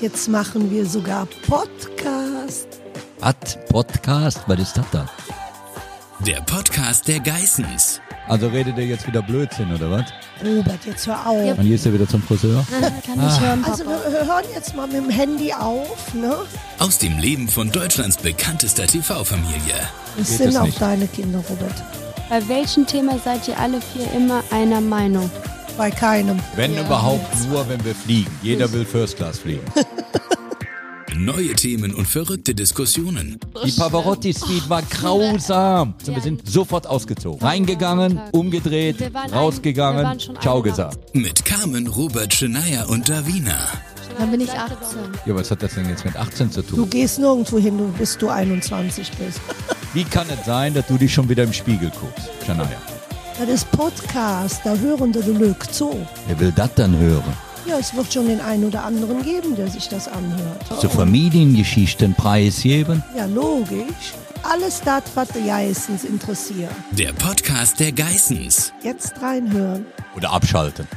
Jetzt machen wir sogar Podcast. Hat Podcast? Was ist das da? Der Podcast der Geissens. Also redet ihr jetzt wieder Blödsinn, oder was? Robert, jetzt hör auf. Dann gehst du wieder zum Friseur. Kann ich hören, Ah. Also Papa. wir hören jetzt mal mit dem Handy auf, ne? Aus dem Leben von Deutschlands bekanntester TV-Familie. Das Geht sind das auch nicht? deine Kinder, Robert. Bei welchem Thema seid ihr alle vier immer einer Meinung? Bei keinem. Wenn überhaupt nur, wenn wir fliegen. Jeder will First Class fliegen. Neue Themen und verrückte Diskussionen. Die Pavarotti-Suite war grausam. So, Wir sind sofort ausgezogen. Reingegangen, umgedreht, Wir waren ein- wir rausgegangen, waren schon ciao eine gesagt. Mit Carmen, Robert, Shania und Davina. Dann bin ich 18. Ja, was hat das denn jetzt mit 18 zu Du tun? gehst nirgendwo hin, du- bis du 21 bist. Wie kann es sein, dass du dich schon wieder im Spiegel guckst, Shania? Das ist Podcast, da hören die Glück zu. Wer will das dann hören? Ja, es wird schon den einen oder anderen geben, der sich das anhört. Oh. Zu Familiengeschichten preisgeben? Ja, logisch. Alles das, was die Geissens interessiert. Der Podcast der Geissens. Jetzt reinhören. Oder abschalten?